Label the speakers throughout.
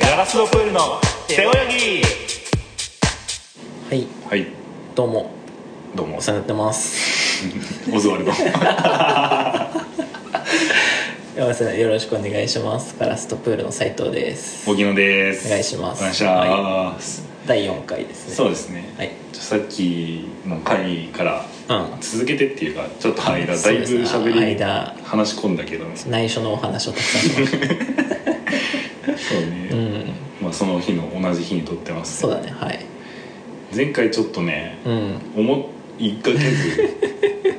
Speaker 1: ガラスのプールの背泳ぎ
Speaker 2: はい、
Speaker 1: はい
Speaker 2: どうも、
Speaker 1: どうも
Speaker 2: お世話になってます。
Speaker 1: オズワ ルド
Speaker 2: 山田さんよろしくお願いします。ガラストプールの斉藤です。
Speaker 1: 荻野です
Speaker 2: お願いします
Speaker 1: お願いします、
Speaker 2: 第四回ですね。
Speaker 1: そう
Speaker 2: う
Speaker 1: ですね、
Speaker 2: はい
Speaker 1: じゃあさっきの回から
Speaker 2: ん、
Speaker 1: 続けてっていうかちょっと間だいぶ
Speaker 2: そうですね
Speaker 1: 喋り
Speaker 2: 間
Speaker 1: 話し込んだけどねそ
Speaker 2: 内緒のお話をたくさんしました。
Speaker 1: うね、
Speaker 2: うん、
Speaker 1: まあ、その日の同じ日に撮ってます
Speaker 2: そうだね、はい。
Speaker 1: 前回ちょっとね
Speaker 2: うん、
Speaker 1: 思いかけ ず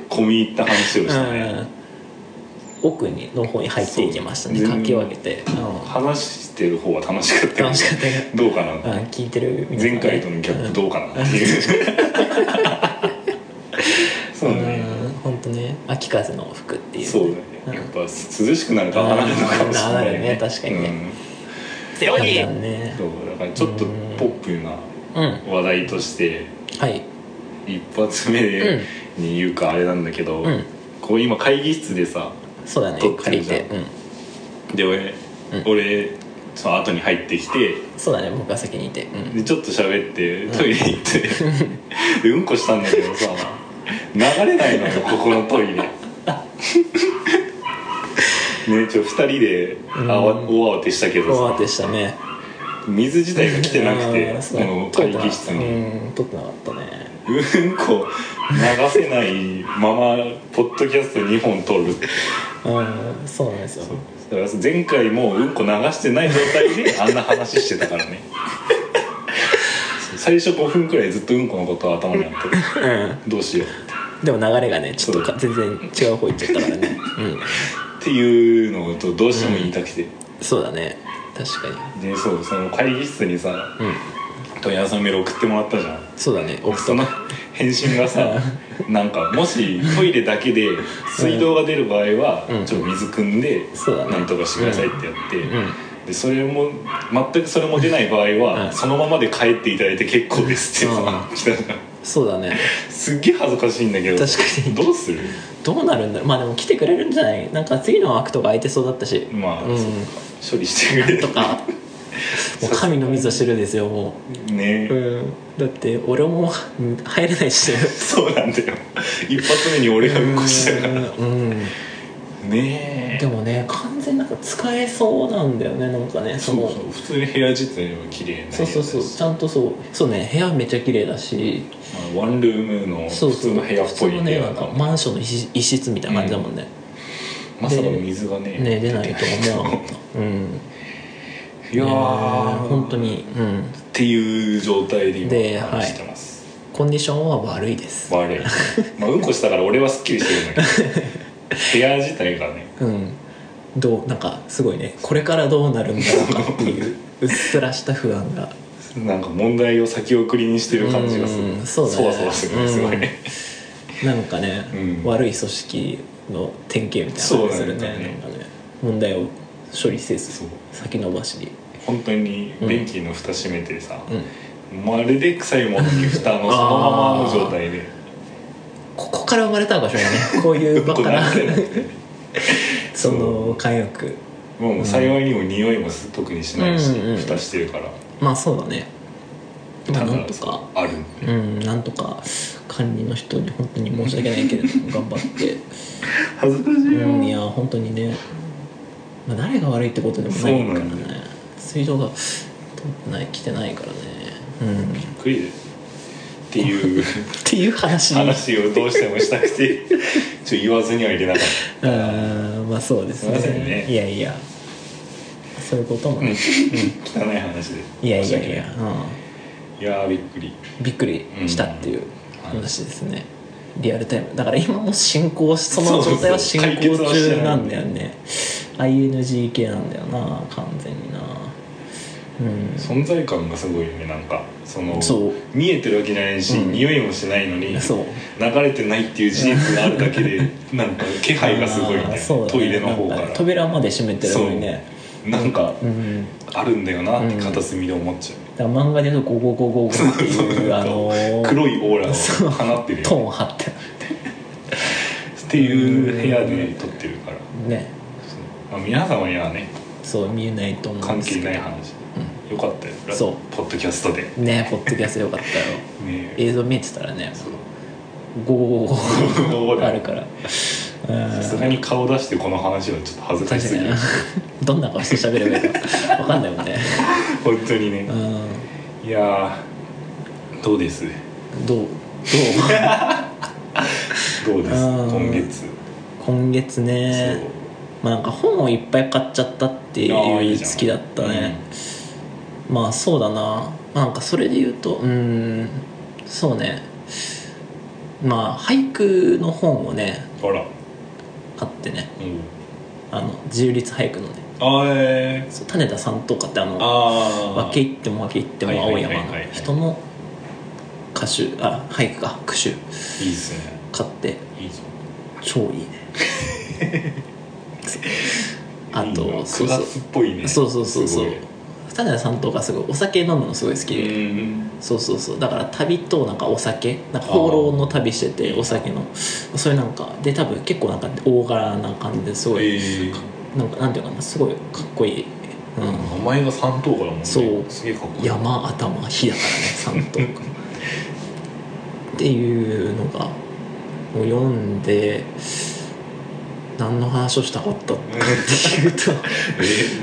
Speaker 1: 込み入った話をした
Speaker 2: う
Speaker 1: ね
Speaker 2: ん、奥にの方に入っていきましたね。
Speaker 1: そう
Speaker 2: かき分けて、う
Speaker 1: 話してる方は楽しかったけ
Speaker 2: ん、
Speaker 1: ど
Speaker 2: 楽しかったけ
Speaker 1: どうかな
Speaker 2: ど、うん、聞いてる皆さん
Speaker 1: 前
Speaker 2: ね
Speaker 1: 回とのギャップどうかなって いうそうだね
Speaker 2: うん、本当ね、秋風の服っていう。
Speaker 1: そうだね
Speaker 2: うん
Speaker 1: やっぱ涼しくなるとああなるのかもしれない
Speaker 2: ああなるね確かにね
Speaker 1: 背
Speaker 2: 多分
Speaker 1: 泳ぎ
Speaker 2: ね。
Speaker 1: そうだからちょっとポップな
Speaker 2: うん、
Speaker 1: 話題として
Speaker 2: はい、
Speaker 1: 一発目でに言うかあれなんだけど、
Speaker 2: うん
Speaker 1: こう今会議室でさ
Speaker 2: そうだね
Speaker 1: 撮っ、て
Speaker 2: 借
Speaker 1: る
Speaker 2: り
Speaker 1: じゃん
Speaker 2: て、うん、
Speaker 1: で俺,、
Speaker 2: うん
Speaker 1: 俺その後に入ってきて
Speaker 2: そうだね、僕は先にいて、うん。
Speaker 1: でちょっと喋ってトイレ行って、でうんこしたんだけどさ流れないのよここのトイレねちょ2人であわ
Speaker 2: うん
Speaker 1: 大慌てしたけ
Speaker 2: 大
Speaker 1: ど
Speaker 2: 慌
Speaker 1: さ
Speaker 2: てしたね
Speaker 1: 水自体が来てなくて
Speaker 2: う
Speaker 1: この
Speaker 2: ん
Speaker 1: 会議室に
Speaker 2: うん撮ってなかったね
Speaker 1: うんこ流せないままポッドキャスト2本撮る
Speaker 2: うんそうなんですよ
Speaker 1: だから前回もうんこ流してない状態であんな話してたからね最初5分くらいずっとうんこのことは頭にあってる
Speaker 2: うん
Speaker 1: どうしよう
Speaker 2: でも流れがねちょっとか全然違う方行っちゃったから ねうん
Speaker 1: っていうのとどうしても言いたくて、
Speaker 2: そうだね確かに
Speaker 1: でそうその会議室にさ
Speaker 2: うん
Speaker 1: 問い合わせのメール送ってもらったじゃん
Speaker 2: そうだね奥
Speaker 1: その返信が さなんかもしトイレだけで水道が出る場合は、
Speaker 2: うん
Speaker 1: ちょっと水汲んで
Speaker 2: そうだね
Speaker 1: なんとかしてくださいってやって、
Speaker 2: うん
Speaker 1: でそれも全くそれも出ない場合は、
Speaker 2: うん
Speaker 1: そのままで帰っていただいて結構ですってさ、
Speaker 2: う
Speaker 1: 来たじゃん
Speaker 2: そうだね
Speaker 1: すっげえ恥ずかしいんだけど
Speaker 2: 確かに
Speaker 1: どうする
Speaker 2: どうなるんだろうまあでも来てくれるんじゃないなんか次の枠とか空いてそうだったし
Speaker 1: まあ、
Speaker 2: うん
Speaker 1: そうか処理してくれ
Speaker 2: とかもう神の水を知るんですよも
Speaker 1: ね、
Speaker 2: ううんだって俺もうん入れないし
Speaker 1: そうなんだよ一発目に俺がうんこしたからね
Speaker 2: うんうん
Speaker 1: え
Speaker 2: でもね完全になんか使えそうなんだよねなんかね
Speaker 1: そ
Speaker 2: そうの
Speaker 1: そう普通に部屋自体は綺麗な
Speaker 2: そうそうそうちゃんとそうそうね部屋めっちゃ綺麗だし
Speaker 1: まあ、ワンルームの
Speaker 2: そう
Speaker 1: 普
Speaker 2: そう
Speaker 1: 通の部屋っぽい
Speaker 2: 普通の
Speaker 1: 部
Speaker 2: ね
Speaker 1: 屋
Speaker 2: なん
Speaker 1: だ
Speaker 2: か
Speaker 1: もん
Speaker 2: マンションの一一室みたいな感じだもんね、
Speaker 1: まさか水がね
Speaker 2: ね出ないと
Speaker 1: 出て
Speaker 2: 思わなかったうん
Speaker 1: いやー、
Speaker 2: ね本当にうん
Speaker 1: っていう状態で
Speaker 2: で
Speaker 1: 今
Speaker 2: はい
Speaker 1: 話してます、
Speaker 2: コンディションは悪いです
Speaker 1: 悪い まあうんこしたから俺はすっきりしてるんだけ ど部屋自体がね
Speaker 2: うんどうなんかすごいねこれからどうなるんだろうかっていう うっすらした不安が
Speaker 1: なんか問題を先送りにしてる感じがす
Speaker 2: う
Speaker 1: る
Speaker 2: んそうだね
Speaker 1: そわそわするねすごいね、
Speaker 2: なんかね、
Speaker 1: うん
Speaker 2: 悪い組織の典型みたいな感じするね
Speaker 1: そうだね
Speaker 2: なんかね問題を処理せず
Speaker 1: そう
Speaker 2: 先延ばしに、
Speaker 1: 本当に便器の蓋閉めてさ、
Speaker 2: うん、
Speaker 1: まるで臭いものに蓋のそのままの状態で
Speaker 2: ここから生まれたのかも しれないねこういう
Speaker 1: うん
Speaker 2: バ
Speaker 1: こ
Speaker 2: カな
Speaker 1: 流れなくて
Speaker 2: その慣用句
Speaker 1: もう幸いにも匂いも特にしないし、
Speaker 2: うんうん
Speaker 1: 蓋してるから
Speaker 2: まあそうだねまあ
Speaker 1: だか
Speaker 2: なん
Speaker 1: ら
Speaker 2: と
Speaker 1: さ
Speaker 2: か
Speaker 1: ある
Speaker 2: うんなんとか管理の人に本当に申し訳ないけれど も頑張って
Speaker 1: 恥ずかし
Speaker 2: うんいや本当にね、まあ、誰が悪いってことでもないから
Speaker 1: そうなんだ
Speaker 2: ね水道が通ってない来てないからねうん
Speaker 1: びっくりっていう
Speaker 2: っていう話に
Speaker 1: 話をどうしてもしたくてちょっと言わずにはいれなかっ
Speaker 2: あーまあそうですね
Speaker 1: すいませんね
Speaker 2: いやいやそういうこともね、
Speaker 1: た汚い話で
Speaker 2: いやいやい
Speaker 1: 申し訳
Speaker 2: や、
Speaker 1: ないいやーびっくり
Speaker 2: うん、びっくりしたっていう話ですね、リアルタイムだから今も進行しその状態は進行
Speaker 1: そうそうそう解決はしてない
Speaker 2: 中なんだよね ING 系なんだよな完全になうん
Speaker 1: 存在感がすごいよねなんかその
Speaker 2: そう
Speaker 1: 見えてるわけじゃないし、
Speaker 2: うん
Speaker 1: 匂いもしないのに流
Speaker 2: そう
Speaker 1: れてないっていう事実があるだけ でなんか気配がすごい
Speaker 2: あ
Speaker 1: ね
Speaker 2: ーそうだね
Speaker 1: トイレの方か
Speaker 2: なん
Speaker 1: ら
Speaker 2: 扉まで閉めてるのにね
Speaker 1: なんか
Speaker 2: うん
Speaker 1: あるんだよなって片隅で思っちゃう、
Speaker 2: だから漫画で言うと「ゴゴゴゴゴ」っていうあのー
Speaker 1: 黒いオーラを
Speaker 2: そう
Speaker 1: 放ってるよ
Speaker 2: トーン張って
Speaker 1: っていう部屋で撮ってるから、
Speaker 2: ね
Speaker 1: そうまあ、皆様にはね
Speaker 2: そう見えないと思うん
Speaker 1: 関
Speaker 2: です
Speaker 1: 係
Speaker 2: けど
Speaker 1: ない話
Speaker 2: うん
Speaker 1: よかったよラ
Speaker 2: そう
Speaker 1: ポッドキャストでね
Speaker 2: ねポッドキャストよかったよ
Speaker 1: え
Speaker 2: 映像見えてたらね
Speaker 1: そう
Speaker 2: ゴーゴ ー
Speaker 1: こ
Speaker 2: ゴ
Speaker 1: こ
Speaker 2: ー
Speaker 1: で
Speaker 2: あるからうん
Speaker 1: さすがに顔出してこの話はちょっと恥ずかし
Speaker 2: 確か
Speaker 1: すぎ
Speaker 2: に
Speaker 1: る
Speaker 2: などんな顔して喋ればいいか分かんないもんね
Speaker 1: 本当にね
Speaker 2: う
Speaker 1: いやーどうです
Speaker 2: ん どうどう
Speaker 1: どうです
Speaker 2: うん
Speaker 1: 今月
Speaker 2: 今月ねまあなんか本をいっぱい買っちゃったってい
Speaker 1: あーいいうじゃん
Speaker 2: 月だったねまあそうだななんかそれで言うとうーんそうねまあ俳句の本をね
Speaker 1: そうあら
Speaker 2: 買ってね
Speaker 1: うん
Speaker 2: あの自由律俳句のね
Speaker 1: あーえー
Speaker 2: そう種田さんとかってあの
Speaker 1: あー
Speaker 2: 分け入っても分け入っても
Speaker 1: はい
Speaker 2: 青
Speaker 1: はいはいはい
Speaker 2: 山の人の歌手あ俳句か句集
Speaker 1: いいっすね
Speaker 2: 買って
Speaker 1: いいぞ
Speaker 2: 超いいね あ
Speaker 1: いいな
Speaker 2: とそう
Speaker 1: ク
Speaker 2: そ
Speaker 1: ラ
Speaker 2: う
Speaker 1: スっぽいね
Speaker 2: そうそうそうそう
Speaker 1: す
Speaker 2: 二谷さんとかすごいお酒飲むのすごい好き
Speaker 1: ご
Speaker 2: で、
Speaker 1: いうん
Speaker 2: そうそうそうだから旅となんかお酒なんか放浪の旅してて
Speaker 1: あー
Speaker 2: お酒のそういうなんかで多分結構なんか大柄な感じですごい、
Speaker 1: えー
Speaker 2: なんかなんていうのかなすごいかっこいい、うん、
Speaker 1: 名前が三等からもんね
Speaker 2: そう
Speaker 1: すげえかっこい い
Speaker 2: 山頭火だからね三島君っていうのがを読んで何の話をしたかったかっていうと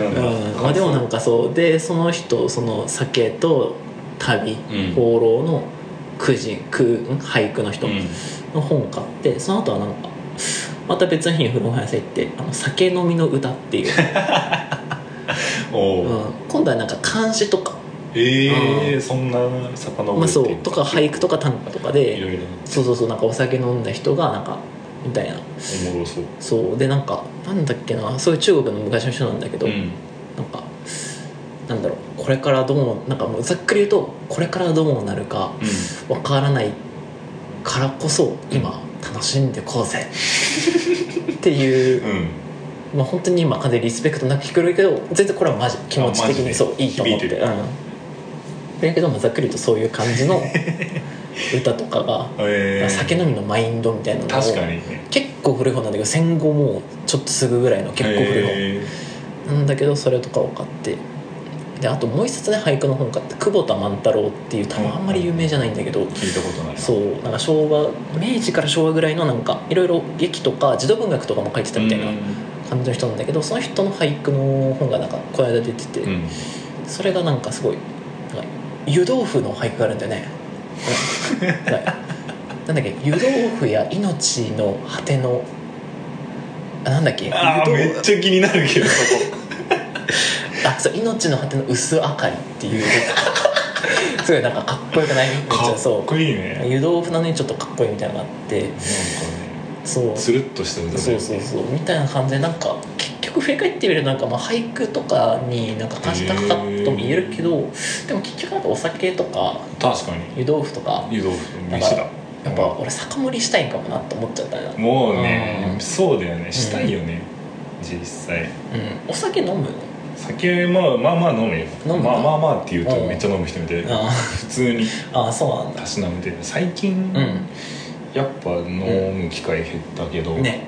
Speaker 1: えなんだ
Speaker 2: うんまあ、でもなんかそうでその人その酒と旅
Speaker 1: うん
Speaker 2: 放浪の句人句ん俳句の人
Speaker 1: うん
Speaker 2: の本を買ってその後はなんかまた別の日に古本屋さん行って「あの酒飲みの歌」っていう、
Speaker 1: おお、
Speaker 2: うん、今度はなんか漢詩とか、
Speaker 1: ええ
Speaker 2: う
Speaker 1: ー、そんな遡る
Speaker 2: まあ、そうとか俳句とか短歌とか
Speaker 1: いろ
Speaker 2: で
Speaker 1: いろ
Speaker 2: そうそうそうなんかお酒飲んだ人がなんかみたいな
Speaker 1: おもろそう
Speaker 2: そうでなんかなんだっけなそういう中国の昔の人なんだけど、
Speaker 1: うん
Speaker 2: なんかなんだろうこれからどうなんかもうざっくり言うとこれからどうなるかわからないからこそ今楽しんでこうぜっていう、
Speaker 1: うん、
Speaker 2: まあ本当に今完全にリスペクトなく低いけど全然これはマジ気持ち
Speaker 1: あマ
Speaker 2: 的
Speaker 1: ジ
Speaker 2: に
Speaker 1: で
Speaker 2: そういいと思って
Speaker 1: 響いて
Speaker 2: うん、だけどもざっくり言うとそういう感じの歌とかが、
Speaker 1: えー、
Speaker 2: 酒飲みのマインドみたいなのを
Speaker 1: 確かに
Speaker 2: 結構古い本なんだけど戦後もうちょっとすぐぐらいの結構古い本、
Speaker 1: え
Speaker 2: なんだけどそれとかを買ってであともう一冊ね俳句の本買って久保田万太郎っていう多分あんまり有名じゃないんだけど
Speaker 1: ー、聞いたことない
Speaker 2: そうなんか昭和明治から昭和ぐらいのなんかいろいろ劇とか児童文学とかも書いてたみたいな感じの人なんだけどその人の俳句の本がなんかこの間出てて、
Speaker 1: うん、うん、
Speaker 2: それがなんかすごいなんか湯豆腐の俳句があるんだよ ね。なんかなんだっけ湯豆腐や命の果てのあなんだっけ
Speaker 1: ああ
Speaker 2: 湯豆
Speaker 1: めっちゃ気になるけどそ こ
Speaker 2: あそう命の果ての薄明かりっ ていうすごいなんかかっこよくないめっち
Speaker 1: か
Speaker 2: ゃそ
Speaker 1: っこいいね
Speaker 2: う湯豆腐なのにちょっとかっこいいみたいなのがあって
Speaker 1: なんか
Speaker 2: そう
Speaker 1: ね
Speaker 2: そ
Speaker 1: つ
Speaker 2: う
Speaker 1: るっとした歌だ
Speaker 2: そ
Speaker 1: よ
Speaker 2: う
Speaker 1: ね
Speaker 2: そうみたいな感じでなんか結局振り返ってみるとなんかまあ俳句とかになんか感じたかったとも言えるけどでも結局なんかお酒とか
Speaker 1: 確かに
Speaker 2: 湯豆腐とか
Speaker 1: 湯豆腐飯だ
Speaker 2: やっぱ俺酒盛りしたいんかもなって思っちゃったな、うん、
Speaker 1: もうね、
Speaker 2: うん
Speaker 1: そうだよねしたいよね、実際
Speaker 2: お酒飲む
Speaker 1: 酒まあまあまあ飲むよ
Speaker 2: 飲む
Speaker 1: まあまあまあって言う
Speaker 2: うん
Speaker 1: とめっちゃ飲む人みたいな
Speaker 2: あ
Speaker 1: 普通に
Speaker 2: ーあーそうなん
Speaker 1: た
Speaker 2: だ
Speaker 1: しなむで最近、
Speaker 2: う
Speaker 1: やっぱ飲む機会減ったけど、
Speaker 2: んね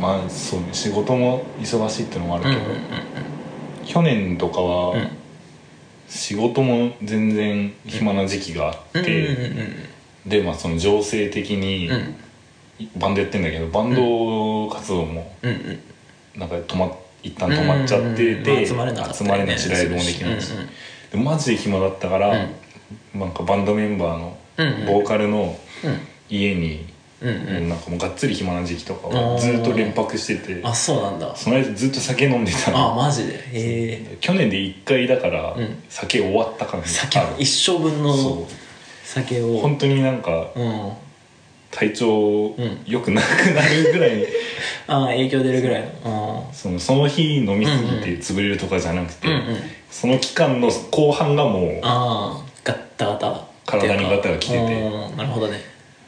Speaker 1: まあそうね仕事も忙しいってのもある
Speaker 2: うんう
Speaker 1: け
Speaker 2: ん
Speaker 1: ど、去年とか
Speaker 2: うんうん
Speaker 1: は仕事も全然暇な時期があ
Speaker 2: うんうんうん
Speaker 1: って、でまあその情勢的に
Speaker 2: うんうん
Speaker 1: バンドやってんだけどバンド活動も
Speaker 2: うんうん
Speaker 1: なんか止まっ一旦止まっちゃってて、
Speaker 2: 集まれなかった
Speaker 1: 集まれないしライブもできないし、でマジで暇だったから、なんかバンドメンバーの
Speaker 2: うんうん
Speaker 1: ボーカルの
Speaker 2: う
Speaker 1: 家に、
Speaker 2: んうんうん
Speaker 1: なんかもうがっつり暇な時期とかはずっと連泊してて
Speaker 2: あそうなんだ
Speaker 1: その間ずっと酒飲んでたの
Speaker 2: あマジでへえ
Speaker 1: 去年で1回だから
Speaker 2: うん
Speaker 1: 酒終わった感じ
Speaker 2: 酒
Speaker 1: ある
Speaker 2: 一生分の
Speaker 1: そ
Speaker 2: 酒
Speaker 1: う
Speaker 2: を
Speaker 1: 本当になんか
Speaker 2: うん
Speaker 1: 体調
Speaker 2: うん
Speaker 1: 良くなくなるぐらい、
Speaker 2: あ影響出るぐらいの
Speaker 1: そのその日飲みすぎ
Speaker 2: うんう
Speaker 1: て潰れるとかじゃなくて、
Speaker 2: うんうん
Speaker 1: その期間の後半がもう
Speaker 2: ああガッタガタ
Speaker 1: 体にガタが来てて
Speaker 2: うんなるほどね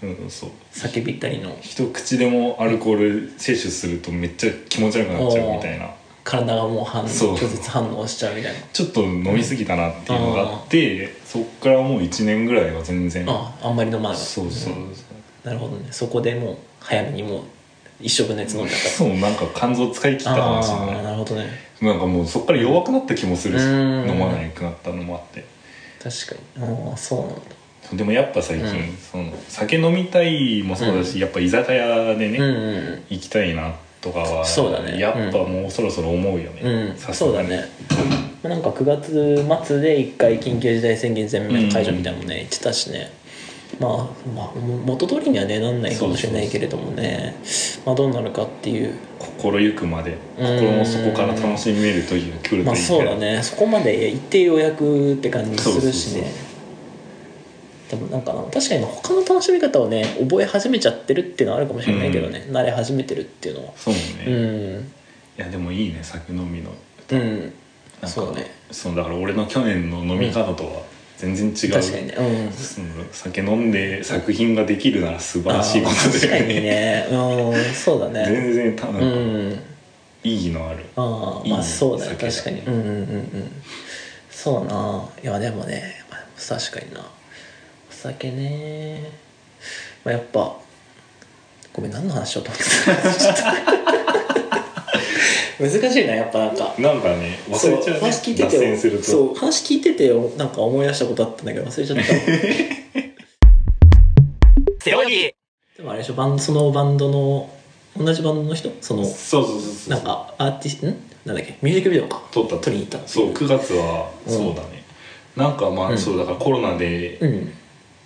Speaker 1: うん、そう
Speaker 2: 酒ぴったりの
Speaker 1: 一口でもアルコール摂取するとめっちゃ気持ち悪くなっちゃうみたいな
Speaker 2: 体がもう反
Speaker 1: そう
Speaker 2: 拒絶反応しちゃうみたいな
Speaker 1: ちょっと飲みすぎたなっていうのがあって、そっからもう1年ぐらいは全然
Speaker 2: ああんまり飲まなかった
Speaker 1: そうそうそう、
Speaker 2: なるほどねそこでもう早めにもう一生分のやつ飲んじゃった
Speaker 1: そうなんか肝臓使い切ったかもしれ
Speaker 2: あー
Speaker 1: な
Speaker 2: ないるほどね
Speaker 1: なんかもうそっから弱くなった気もするし
Speaker 2: うん
Speaker 1: 飲まなくなったのもあって
Speaker 2: 確かにああそうなんだ
Speaker 1: でもやっぱ最近、
Speaker 2: うん
Speaker 1: その酒飲みたいもそうだし、やっぱ居酒屋でね、
Speaker 2: うんうん
Speaker 1: 行きたいなとかは
Speaker 2: そうだね
Speaker 1: やっぱもうそろそろ思うよね、
Speaker 2: うん、
Speaker 1: さす
Speaker 2: そう
Speaker 1: が
Speaker 2: だ
Speaker 1: に
Speaker 2: ねまあなんか9月末で1回緊急事態宣言全面解除みたいなのもね、言ってたしねまあ、まあ、も元通りにはねなんないかもしれないけれどもねまあどうなるかっていう
Speaker 1: 心ゆくまで
Speaker 2: うん
Speaker 1: 心の底から楽しめるという来ると
Speaker 2: まあ
Speaker 1: いい
Speaker 2: そうだねそこまで行ってようやくって感じするしねでもなんかな確かに他の楽しみ方をね覚え始めちゃってるっていうのはあるかもしれないけどね、慣れ始めてるっていうのは
Speaker 1: そうね、
Speaker 2: う
Speaker 1: い
Speaker 2: ん
Speaker 1: やでもいいね酒飲みの
Speaker 2: うん
Speaker 1: なん
Speaker 2: そう
Speaker 1: か
Speaker 2: だね
Speaker 1: そのだから俺の去年の飲み方とは全然違う、
Speaker 2: 確かにねうん
Speaker 1: その酒飲んで作品ができるなら素晴らしいこ
Speaker 2: あ
Speaker 1: と
Speaker 2: ー確
Speaker 1: だ
Speaker 2: か
Speaker 1: よ
Speaker 2: に
Speaker 1: ね
Speaker 2: ねうんそうだね
Speaker 1: 全然多
Speaker 2: う
Speaker 1: 分
Speaker 2: ん
Speaker 1: 意義のある、
Speaker 2: ああ
Speaker 1: いい
Speaker 2: ま
Speaker 1: ね
Speaker 2: あそうだね
Speaker 1: 酒が
Speaker 2: 確かにうんうんうんうんそうだないやでもね、まあ、確かになお酒ね、まあ、やっぱごめん何の話しようと思って た難しいなやっぱなんか
Speaker 1: なんかね忘れちゃう,、ね、
Speaker 2: そう話聞いて
Speaker 1: 脱線する
Speaker 2: て
Speaker 1: と
Speaker 2: そう話聞いててなんか思い出したことあったんだけど忘れちゃ った
Speaker 3: 背泳ぎ
Speaker 2: でもあれでしょバンそのバンドの同じバンドの人その
Speaker 1: そうそうそうそう
Speaker 2: なんかアーティストんなんだっけミュージックビデオか
Speaker 1: 撮った
Speaker 2: 撮りに行ったってい
Speaker 1: そう9月は
Speaker 2: うん
Speaker 1: そうだね、なんかまあ、
Speaker 2: うん
Speaker 1: そうだからコロナで
Speaker 2: うん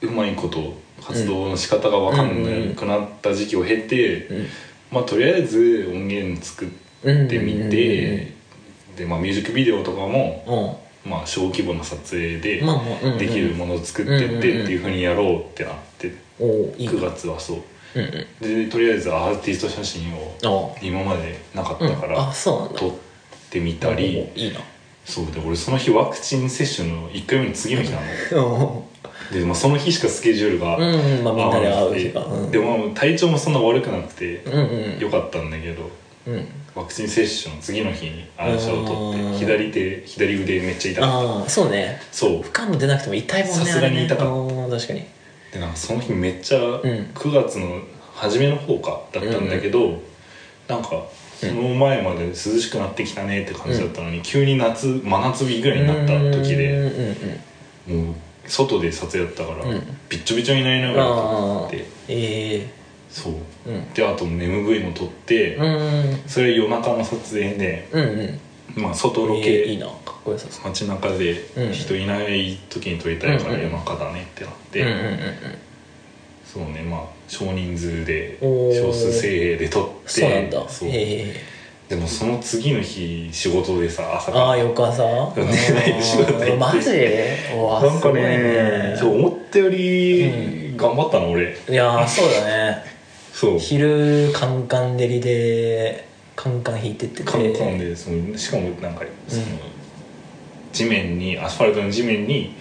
Speaker 1: うまいこと活動の仕方が分かんなくなった時期を経て、
Speaker 2: うん
Speaker 1: まあとりあえず音源作ってみて、
Speaker 2: うんうんうん
Speaker 1: でまあミュージックビデオとかも、
Speaker 2: う
Speaker 1: まあ、小規模な撮影で
Speaker 2: んまあまあ、うんうん、
Speaker 1: できるものを作ってってって
Speaker 2: うんうんうん
Speaker 1: いうふうにやろうってなって
Speaker 2: おおいい
Speaker 1: 9月はそう
Speaker 2: うんうん
Speaker 1: でとりあえずアーティスト写真を
Speaker 2: あ
Speaker 1: 今までなかっ
Speaker 2: あ、うん、
Speaker 1: たか
Speaker 2: あ
Speaker 1: ら
Speaker 2: そうなんだ
Speaker 1: 撮ってみたり、
Speaker 2: おいいな
Speaker 1: そうで俺その日ワクチン接種の1回目の次の日なの
Speaker 2: うん
Speaker 1: で、まあ、その日しかスケジュールが
Speaker 2: うんまあみんなで会う日
Speaker 1: 合
Speaker 2: が
Speaker 1: わなくて
Speaker 2: うん
Speaker 1: でもまあ体調もそんな悪くなくて
Speaker 2: うんうん
Speaker 1: よかったんだけど
Speaker 2: うん
Speaker 1: ワクチン接種の次の日に暗射を取
Speaker 2: あ
Speaker 1: っ
Speaker 2: ー
Speaker 1: て左手左腕めっちゃ痛かっ
Speaker 2: ああそうね
Speaker 1: たそう
Speaker 2: 負荷も出なくても痛いもん
Speaker 1: さ
Speaker 2: ね
Speaker 1: すがに痛かった
Speaker 2: あれねうん確かに
Speaker 1: でなんかその日めっちゃ
Speaker 2: ん
Speaker 1: 9月の初めの方かだったんだけど、なんかその前まで涼しくなってきたねって感じだったのに、急に夏真夏日ぐらいになった時で、
Speaker 2: うんうんうん
Speaker 1: もう外で撮影やったから、
Speaker 2: うん
Speaker 1: びっちょびちょになりながら撮って
Speaker 2: え
Speaker 1: そう
Speaker 2: えうん
Speaker 1: であと MV も撮って、
Speaker 2: うん
Speaker 1: それ夜中の撮影で、
Speaker 2: うんうん
Speaker 1: まあ、外ロ
Speaker 2: ええい
Speaker 1: ケ
Speaker 2: いなかっこよさそう
Speaker 1: 街中で
Speaker 2: うん
Speaker 1: 人いない時に撮りたいから
Speaker 2: うん
Speaker 1: 夜中だねってなって、
Speaker 2: うんうんうんうん
Speaker 1: そうねまあ少人数で
Speaker 2: おー
Speaker 1: 少数精鋭で撮って
Speaker 2: そうなんだ
Speaker 1: そう
Speaker 2: へえ
Speaker 1: でもその次の日仕事でさ朝
Speaker 2: ああ
Speaker 1: か
Speaker 2: 翌朝
Speaker 1: 寝ないで仕事行って
Speaker 2: マジ
Speaker 1: ら
Speaker 2: うわ
Speaker 1: なん
Speaker 2: す
Speaker 1: か
Speaker 2: ごい
Speaker 1: ね
Speaker 2: ね
Speaker 1: そう思ったより頑張ったの俺
Speaker 2: いやーそうだね
Speaker 1: そう
Speaker 2: 昼カンカン照りでカンカン引いてってて
Speaker 1: カンカンでそのしかもなんかその地面にアスファルトの地面に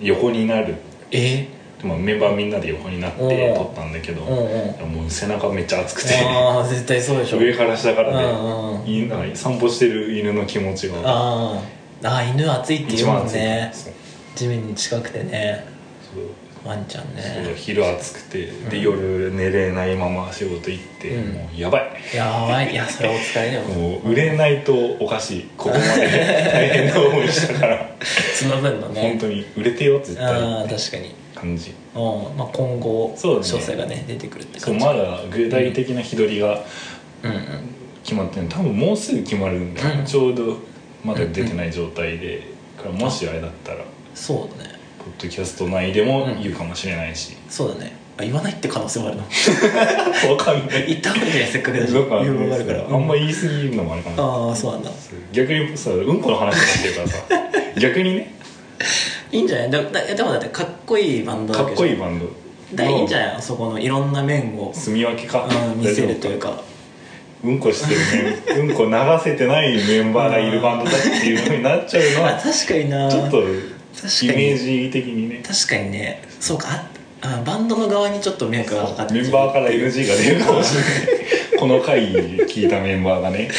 Speaker 1: 横になる
Speaker 2: え
Speaker 1: まあメンバーみんなで横になっ
Speaker 2: う
Speaker 1: て
Speaker 2: ん
Speaker 1: 撮ったんだけど
Speaker 2: うんうん
Speaker 1: もう背中めっちゃ熱くて
Speaker 2: ああ絶対そうでしょ
Speaker 1: 上から下からで、
Speaker 2: うんうん
Speaker 1: 犬が散歩してる犬の気持ちが
Speaker 2: あーあー犬暑いって
Speaker 1: 一
Speaker 2: 言うも
Speaker 1: 番
Speaker 2: ん
Speaker 1: 熱い
Speaker 2: ね
Speaker 1: そう
Speaker 2: 地面に近くてね
Speaker 1: そう
Speaker 2: ワンちゃん
Speaker 1: そう
Speaker 2: ね
Speaker 1: 昼暑くて、で
Speaker 2: うん
Speaker 1: 夜寝れないまま仕事行って、
Speaker 2: うん
Speaker 1: もうやばい
Speaker 2: やばいいやそれお疲れだよ
Speaker 1: もう売れないとおかしいここまで大変な思いした から
Speaker 2: その分の
Speaker 1: 本
Speaker 2: ね
Speaker 1: 当に売れてよ絶対
Speaker 2: あ
Speaker 1: っ
Speaker 2: あ
Speaker 1: て
Speaker 2: 確かに
Speaker 1: 感じ
Speaker 2: うんまあ今後
Speaker 1: そう
Speaker 2: 詳
Speaker 1: だね
Speaker 2: 細がね出てくるって
Speaker 1: そう
Speaker 2: 感じ
Speaker 1: まだ具体的な日取りが
Speaker 2: うんうん
Speaker 1: 決まってない多分もうすぐ決まるんだよ、
Speaker 2: うん
Speaker 1: ちょうどまだ出てない状態で、からもしあれだったら
Speaker 2: そうだね
Speaker 1: ポッドキャスト内でも言うかもしれないし、
Speaker 2: そうだねあ言わないって可能性もあるの
Speaker 1: わかんない
Speaker 2: 言った方がいいんじゃないせっかくだし
Speaker 1: なんか
Speaker 2: 言うもあるから
Speaker 1: あんま言い過ぎるのもあれかな
Speaker 2: ああそうなんだ
Speaker 1: 逆にさうんこの話になってるから さ逆にね
Speaker 2: いいんじゃないだだでもだってかっこいいバンド
Speaker 1: かっこいい
Speaker 2: い
Speaker 1: バンド
Speaker 2: だいいんじゃ
Speaker 1: ない
Speaker 2: ないそこのいろんな面を、
Speaker 1: 住み分けか
Speaker 2: うん、見せるというか
Speaker 1: うんこしてるね うんこ流せてないメンバーがいるバンドだっていうふうになっちゃうの
Speaker 2: あ
Speaker 1: は
Speaker 2: 確かにな
Speaker 1: ちょっとイ
Speaker 2: 確かに
Speaker 1: メージ的にね
Speaker 2: 確かにねそうかああバンドの側にちょっと迷惑がかかって
Speaker 1: メンバーから NG が出るかもしれないこの回聞いたメンバーがね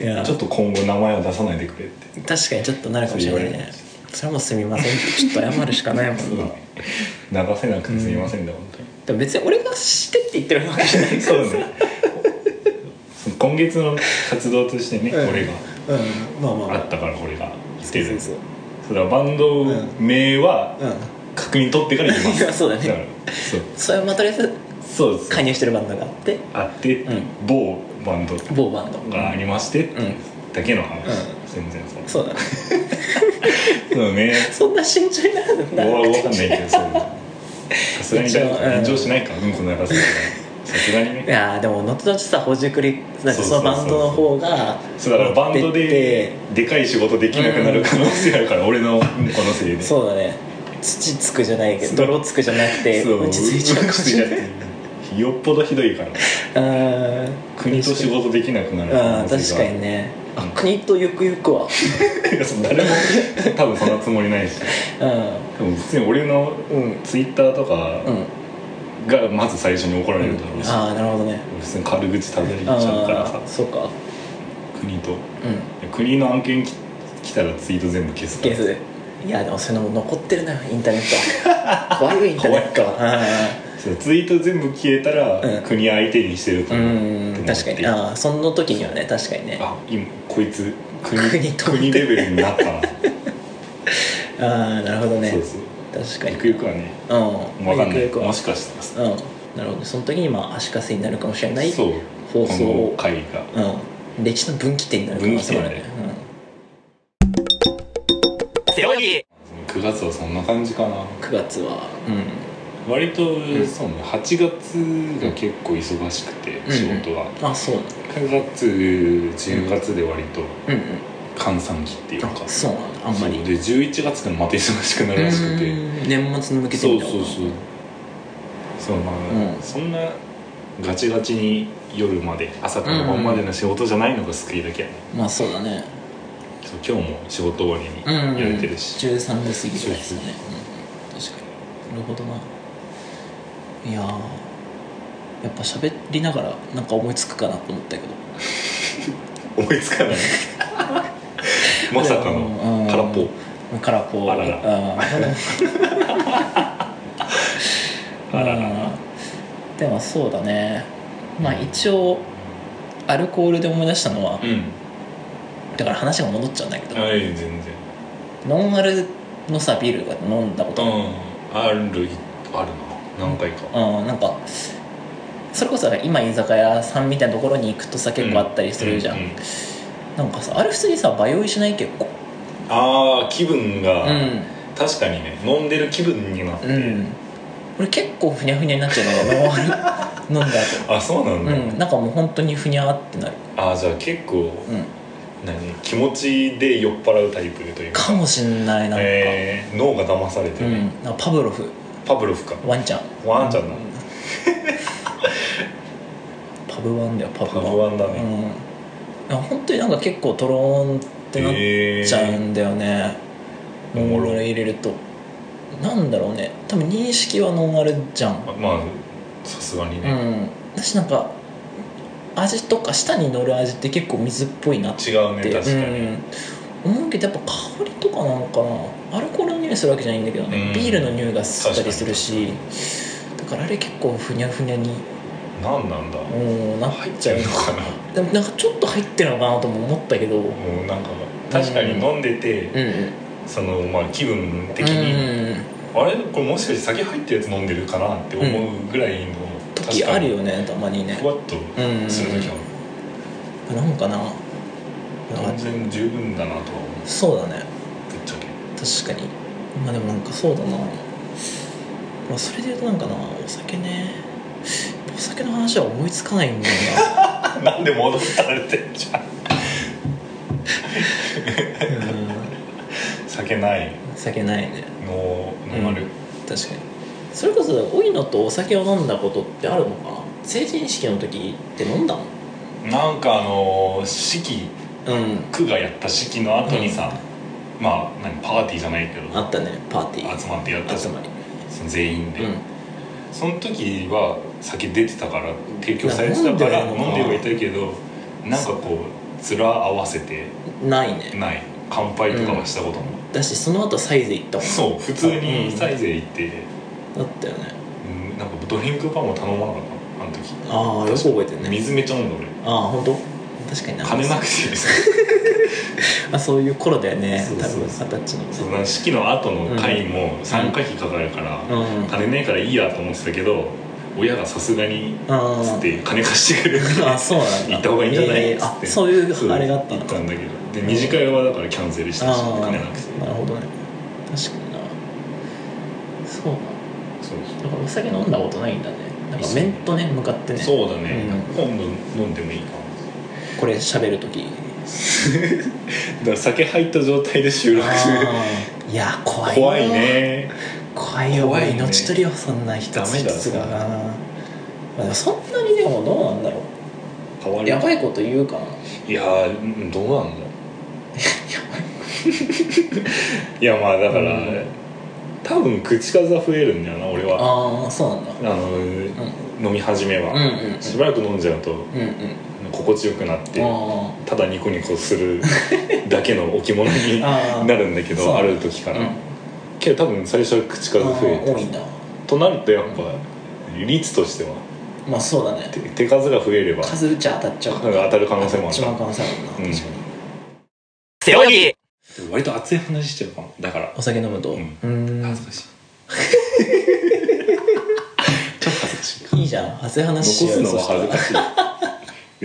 Speaker 2: いや
Speaker 1: ちょっと今後名前は出さないでくれって
Speaker 2: 確かにちょっとなるかもしれないねそれはもうすみませんちょっと謝るしかないもんな
Speaker 1: 流せなくてすみませんだ、本当に
Speaker 2: でも別に俺がしてって言って るわけじゃないから
Speaker 1: そうね今月の活動としてね、
Speaker 2: うん
Speaker 1: 俺が
Speaker 3: うんまあまあま
Speaker 1: あったから俺が言って
Speaker 2: そう
Speaker 1: る
Speaker 2: そう
Speaker 1: それはバンド名は
Speaker 3: そううん
Speaker 1: 確認取ってから言います
Speaker 2: そうだね
Speaker 1: からそう
Speaker 2: それはまあとりあえず
Speaker 1: そうです
Speaker 2: 加入してるバンドがあって
Speaker 1: あって、
Speaker 2: うん
Speaker 1: 某バンド
Speaker 2: 某バンド
Speaker 1: がありまして、
Speaker 2: うん
Speaker 1: だけの話、
Speaker 3: う
Speaker 1: 全然そう
Speaker 2: そうだね
Speaker 1: そうね
Speaker 2: そんな慎重 になるんだ
Speaker 1: わわかんないけどそういうのさすがに誰か
Speaker 2: うん
Speaker 1: 炎上しないかうんこ流すとかさすがに
Speaker 2: い
Speaker 1: ね
Speaker 2: やーでも後々さほじくりなん
Speaker 1: そ
Speaker 2: か
Speaker 1: う
Speaker 2: そ
Speaker 1: そうそう
Speaker 2: のバンドの方が
Speaker 1: そうだからバンド
Speaker 2: 持って
Speaker 1: ででかい仕事できなくなる可能性あるから俺のうんこのせい
Speaker 2: って
Speaker 1: で
Speaker 2: そうだね土つくじゃないけど
Speaker 1: そう
Speaker 2: 泥つくじゃなくて
Speaker 1: そう
Speaker 2: 落ち着いちゃうかもしれない
Speaker 1: うんこついちゃってよっぽどひどいから
Speaker 2: あ
Speaker 1: 国と仕事できなくなる
Speaker 2: あ確か
Speaker 1: あ
Speaker 2: に
Speaker 1: る
Speaker 2: ねあ
Speaker 1: うん
Speaker 2: 国とゆくゆくは
Speaker 1: いやそう誰も多分そんなつもりない し
Speaker 2: う
Speaker 1: でも別に俺の
Speaker 2: んうん
Speaker 1: ツイッターとか
Speaker 2: うん
Speaker 1: がまず最初に怒られるだろうし、
Speaker 2: ああなるほどね
Speaker 1: 別に軽口たどりちゃ
Speaker 2: あ
Speaker 1: うからさ
Speaker 2: あそうか
Speaker 1: 国と
Speaker 2: うん
Speaker 1: 国の案件き来たらツイート全部消すから
Speaker 2: ゲスいやでもそういうのも残ってるなインターネットは 怖いよインターネットは
Speaker 1: そうツイート全部消えたら、
Speaker 2: うん
Speaker 1: 国相手にしてる
Speaker 2: う
Speaker 1: から、
Speaker 2: ん
Speaker 1: と
Speaker 2: う
Speaker 1: 思
Speaker 2: ん
Speaker 1: って
Speaker 2: 確かにああその時にはね確かにねあ
Speaker 1: あ今こいつ国
Speaker 2: 国と思って
Speaker 1: 国レベルにな ったな、
Speaker 2: あなるほどね
Speaker 1: そうそう
Speaker 2: 確かに
Speaker 1: ゆくゆくはね
Speaker 2: うん
Speaker 1: 分かんない
Speaker 2: ゆくゆくは
Speaker 1: もしかしたらさ
Speaker 2: うんなるほどその時にまあ足かせになるかもしれない
Speaker 1: そう
Speaker 2: 放送
Speaker 1: この回が
Speaker 2: うん歴史の分岐点になる可能性もあるね
Speaker 1: 分
Speaker 2: うん背泳ぎ
Speaker 1: 9月はそんな感じかな
Speaker 2: 9月は
Speaker 1: 割と、
Speaker 2: ん
Speaker 1: そうね8月が結構忙しくて、
Speaker 2: うん
Speaker 1: 仕事が
Speaker 2: うんあそうなんだ
Speaker 1: 9月10月で割と
Speaker 2: うん
Speaker 1: 閑散期っていう
Speaker 2: う
Speaker 1: か、
Speaker 2: んあそうなんだあんまり
Speaker 1: そうで11月からまた忙しくなるらしくて、
Speaker 2: うん年末に向けて
Speaker 1: そ
Speaker 2: み
Speaker 1: う
Speaker 2: たいな
Speaker 1: そうそうそうまあ、
Speaker 2: うん
Speaker 1: そんなガチガチに夜まで朝から晩までの仕事じゃないのが救いだけやね、
Speaker 2: まあそうだね
Speaker 1: そう今日も仕事終わり
Speaker 2: うん
Speaker 1: にやれてるし、
Speaker 2: 13度過ぎぐらいですかねうん確かになるほどないやーやっぱ喋りながらなんか思いつくかなと思ったけど
Speaker 1: 思いつ かないまさか
Speaker 2: うん
Speaker 1: の空っぽ
Speaker 2: 空っぽ
Speaker 1: あらら
Speaker 2: うん
Speaker 1: あらら
Speaker 2: うんでもそうだねまあ一応アルコールで思い出したのは、
Speaker 1: うん
Speaker 2: だから話が戻っちゃうんだけど、
Speaker 1: はい全然
Speaker 2: ノンアルのさビールが飲んだことうん、
Speaker 1: うんあるあるな何回か
Speaker 2: なんかそれこそ今居酒屋さんみたいなところに行くとさ結構あったりするじゃん、
Speaker 1: うう
Speaker 2: なんかさあれ普通にさ場酔いしない結構
Speaker 1: ああ気分が、
Speaker 2: うん
Speaker 1: 確かにね飲んでる気分になって、
Speaker 2: うん俺結構ふにゃふにゃになっちゃうのよノンアル飲んだ
Speaker 1: あそうなん
Speaker 2: 後
Speaker 1: だ、
Speaker 2: うんなんかもう本当にふにゃってなる
Speaker 1: ああじゃあ結構
Speaker 2: うん
Speaker 1: 何気持ちで酔っ払うタイプというか
Speaker 2: かもしんないなんか、
Speaker 1: えー脳が騙されて
Speaker 2: う
Speaker 1: る、
Speaker 2: ん、なんかパブロフ
Speaker 1: パブロフか
Speaker 2: ワンちゃん
Speaker 1: ワンちゃんだ、
Speaker 2: パブワンだよパブワン
Speaker 1: パブワンだね
Speaker 2: うん、本当になんか結構トローンってなっ
Speaker 1: え
Speaker 2: ちゃうんだよね、
Speaker 1: えー
Speaker 2: ノンアル入れるとなんだろうね多分認識はノンアルじゃん
Speaker 1: まあさすがに
Speaker 2: う
Speaker 1: ね、
Speaker 2: ん私なんか味とか舌に乗る味って結構水っぽいなって
Speaker 1: 違うね確かに、
Speaker 2: うん、思うけどやっぱ香りとかなんかなアルコールの匂いするわけじゃないんだけどね、
Speaker 1: うん
Speaker 2: ビールの匂いがすったりするしだからあれ結構ふにゃふにゃに
Speaker 1: 何なんだ、
Speaker 2: うんな
Speaker 1: 入っちゃうのかな
Speaker 2: でもなんかちょっと入ってるのかなとも思ったけどうん
Speaker 1: もうなんか確かに飲んでて、そのまあ気分的に、
Speaker 2: うん
Speaker 1: あれこれもしかして酒入ったやつ飲んでるかなって思うぐらいの、確
Speaker 2: 時
Speaker 1: か
Speaker 2: あ
Speaker 1: に
Speaker 2: るよねたまにね
Speaker 1: ふわっと
Speaker 2: うん
Speaker 1: する時は
Speaker 2: なんかな
Speaker 1: 完全十分だなとは思う
Speaker 2: そうだね
Speaker 1: ぶっちゃけ
Speaker 2: 確かにまあでもなんかそうだな、まあ、それで言うとなんかなお酒ねお酒の話は思いつかないんだよ
Speaker 1: なんで戻ったれてんじゃん
Speaker 2: な
Speaker 1: 酒ない
Speaker 2: うん酒ないね
Speaker 1: のノンアル、
Speaker 2: うん確かにそれこそおいのとお酒を飲んだことってあるのかな成人式の時って飲んだの
Speaker 1: なんかあのー式
Speaker 2: うん
Speaker 1: 区がやった式の後にさ、まあ何パーティーじゃないけ
Speaker 2: あ
Speaker 1: ど
Speaker 2: ったねパーティー
Speaker 1: 集まってやったじ
Speaker 2: 集
Speaker 1: ゃん
Speaker 2: まり
Speaker 1: その全員で、
Speaker 2: うん
Speaker 1: その時は酒出てたから提供されてたから
Speaker 2: なん
Speaker 1: 飲
Speaker 2: か飲ん
Speaker 1: ん
Speaker 2: で
Speaker 1: で
Speaker 2: るの
Speaker 1: はい
Speaker 2: か
Speaker 1: たけどなんかこう面合わせて
Speaker 2: ないね
Speaker 1: ない乾杯とかはしたことも、
Speaker 2: だしその後サイズ行ったもん
Speaker 1: そう普通にサイゼ行って、
Speaker 2: だったよね
Speaker 1: うんなんかドリンクバーも頼まなかったあの時
Speaker 2: ああよく覚えてるね
Speaker 1: 水めっちゃ飲んだ俺
Speaker 2: ああ本当確かにな
Speaker 1: 金なくて
Speaker 2: まあ、そういう頃だよね
Speaker 1: そう
Speaker 2: 多
Speaker 1: そう
Speaker 2: 分
Speaker 1: そう
Speaker 2: 二十歳の
Speaker 1: その式の後の会も参加費かかるから、
Speaker 2: うん
Speaker 1: 金ねえからいいやと思ってたけど親がさすがに
Speaker 2: あ
Speaker 1: つ
Speaker 2: ー
Speaker 1: って金貸してくれて
Speaker 2: あそうなんだ
Speaker 1: 行った方がいいんじゃない
Speaker 2: えー
Speaker 1: つって
Speaker 2: あそういう
Speaker 1: そう
Speaker 2: あれがあった
Speaker 1: 行
Speaker 2: の
Speaker 1: ったんだけどで二次会はだからキャンセルしたし
Speaker 2: ああ
Speaker 1: 金なくて
Speaker 2: なるほどね確かになそう
Speaker 1: そう
Speaker 2: だからお酒飲んだことないんだねなんか面とね向かってね
Speaker 1: そうだね、
Speaker 2: う
Speaker 1: 今度飲んでもいいかな
Speaker 2: これ喋 る時
Speaker 1: だから酒入った状態で収録する
Speaker 2: あーいや怖いよ
Speaker 1: 怖いね
Speaker 2: 怖いよ
Speaker 1: 怖いね
Speaker 2: 命取りよそんな一
Speaker 1: ダ
Speaker 2: つ
Speaker 1: メ
Speaker 2: 一
Speaker 1: だ
Speaker 2: つがな、まあ、でもそんなにでもどうなんだろ
Speaker 1: 変わ
Speaker 2: う
Speaker 1: る
Speaker 2: やばいこと言うかない
Speaker 1: やーうんどう なんだいやまあだから、
Speaker 2: うん
Speaker 1: 多分口数は増えるんだよな俺はあ
Speaker 2: ああそうなんだ
Speaker 1: の、飲み始めは、
Speaker 2: うんうんうん
Speaker 1: しばらく飲んじゃうと
Speaker 2: うんうん
Speaker 1: 心地よくなって
Speaker 2: あ
Speaker 1: ただニコニコするだけの置物に
Speaker 2: あー
Speaker 1: なるんだけ
Speaker 2: そう
Speaker 1: どある時から、けど多分最初は口数
Speaker 2: あ、う
Speaker 1: 増
Speaker 2: ん、
Speaker 1: え
Speaker 2: 多い
Speaker 1: て
Speaker 2: んだ
Speaker 1: となるとやっぱ率としては
Speaker 2: まあそうだね
Speaker 1: 手手数が増えれば
Speaker 2: 数打ちゃ当たっちゃう
Speaker 1: 当たる可能性もある
Speaker 2: 一番可能性あるな、
Speaker 1: うん
Speaker 2: 確かに背泳ぎ
Speaker 1: 割と熱い話しちゃうかもだから
Speaker 2: お酒飲むと、う
Speaker 1: うん
Speaker 2: ーん
Speaker 1: 恥ずかしい ちょっと恥ずかしい
Speaker 2: いいじゃん熱い話し
Speaker 1: 残
Speaker 2: よ
Speaker 1: す
Speaker 2: う
Speaker 1: のは恥ず
Speaker 2: そ
Speaker 1: か
Speaker 2: し
Speaker 1: しい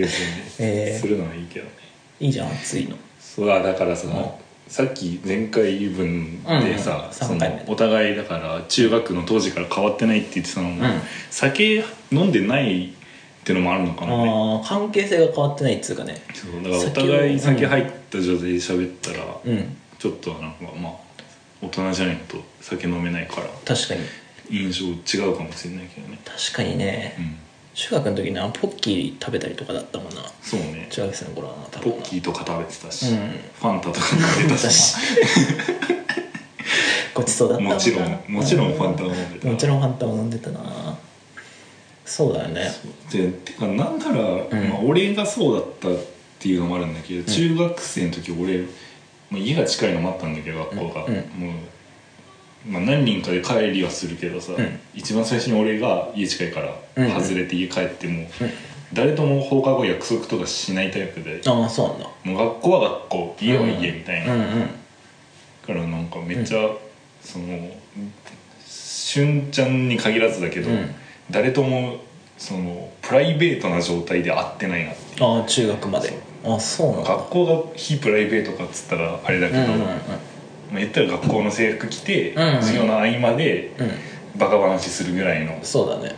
Speaker 1: 別に、
Speaker 2: えー
Speaker 1: するのはいいけどね
Speaker 2: たらいいじゃん熱いの
Speaker 1: そうだからさ、
Speaker 2: ん
Speaker 1: さっき前回分で
Speaker 2: うん
Speaker 1: さ
Speaker 2: う、ん
Speaker 1: そ
Speaker 2: 三回目
Speaker 1: のお互いだから中学の当時から変わってないって言ってたのも、
Speaker 2: うん
Speaker 1: 酒飲んでないってのもあるのかなね
Speaker 2: ああ関係性が変わってないっつうかね
Speaker 1: そうだからお互い酒入った状態で喋ったら、
Speaker 2: うん
Speaker 1: ちょっとなんかまあ大人じゃないと酒飲めないから
Speaker 2: 確かに
Speaker 1: 印象違うかもしれないけどね
Speaker 2: 確かにね、
Speaker 1: うん
Speaker 2: 中学の時なポッキー食べたりとかだったもんな
Speaker 1: そうね
Speaker 2: 中学生の頃はな多
Speaker 1: ポ
Speaker 2: 分
Speaker 1: ッキーとか食べてたし、
Speaker 2: うん
Speaker 1: ファンタとか食べてたし
Speaker 2: 私ごちそうだった
Speaker 1: もちろんもちろんファンタも飲んでた
Speaker 2: もちろんファンタも飲んでたなそうだよね
Speaker 1: でてかなんなら、
Speaker 2: ん
Speaker 1: まあ、俺がそうだったっていうのもあるんだけど、中学生の時俺、まあ、家が近いのもあったんだけど学校が、
Speaker 2: うん
Speaker 1: もう、まあ、何人かで帰りはするけどさ、
Speaker 2: うん
Speaker 1: 一番最初に俺が家近いか
Speaker 2: うん
Speaker 1: ら外れて家帰っても、
Speaker 2: うん
Speaker 1: 誰とも放課後約束とかしないタイプで、
Speaker 2: ああそうなんだ
Speaker 1: もう学校は学校家は家みたいな、
Speaker 2: うん
Speaker 1: だ
Speaker 2: うん
Speaker 1: からなんかめっちゃ、そのしゅんちゃんに限らずだけど、
Speaker 2: うん
Speaker 1: 誰ともそのプライベートな状態で会ってないなっていう
Speaker 2: ああ中学までああそうなんだ
Speaker 1: 学校が非プライベートかっつったらあれだけ
Speaker 2: うん
Speaker 1: ど、
Speaker 2: うんうん
Speaker 1: まあ、言ったら学校の制服着て、
Speaker 2: うんうん
Speaker 1: 授業の合間で
Speaker 2: うん
Speaker 1: バカ話するぐらいの
Speaker 2: そうだね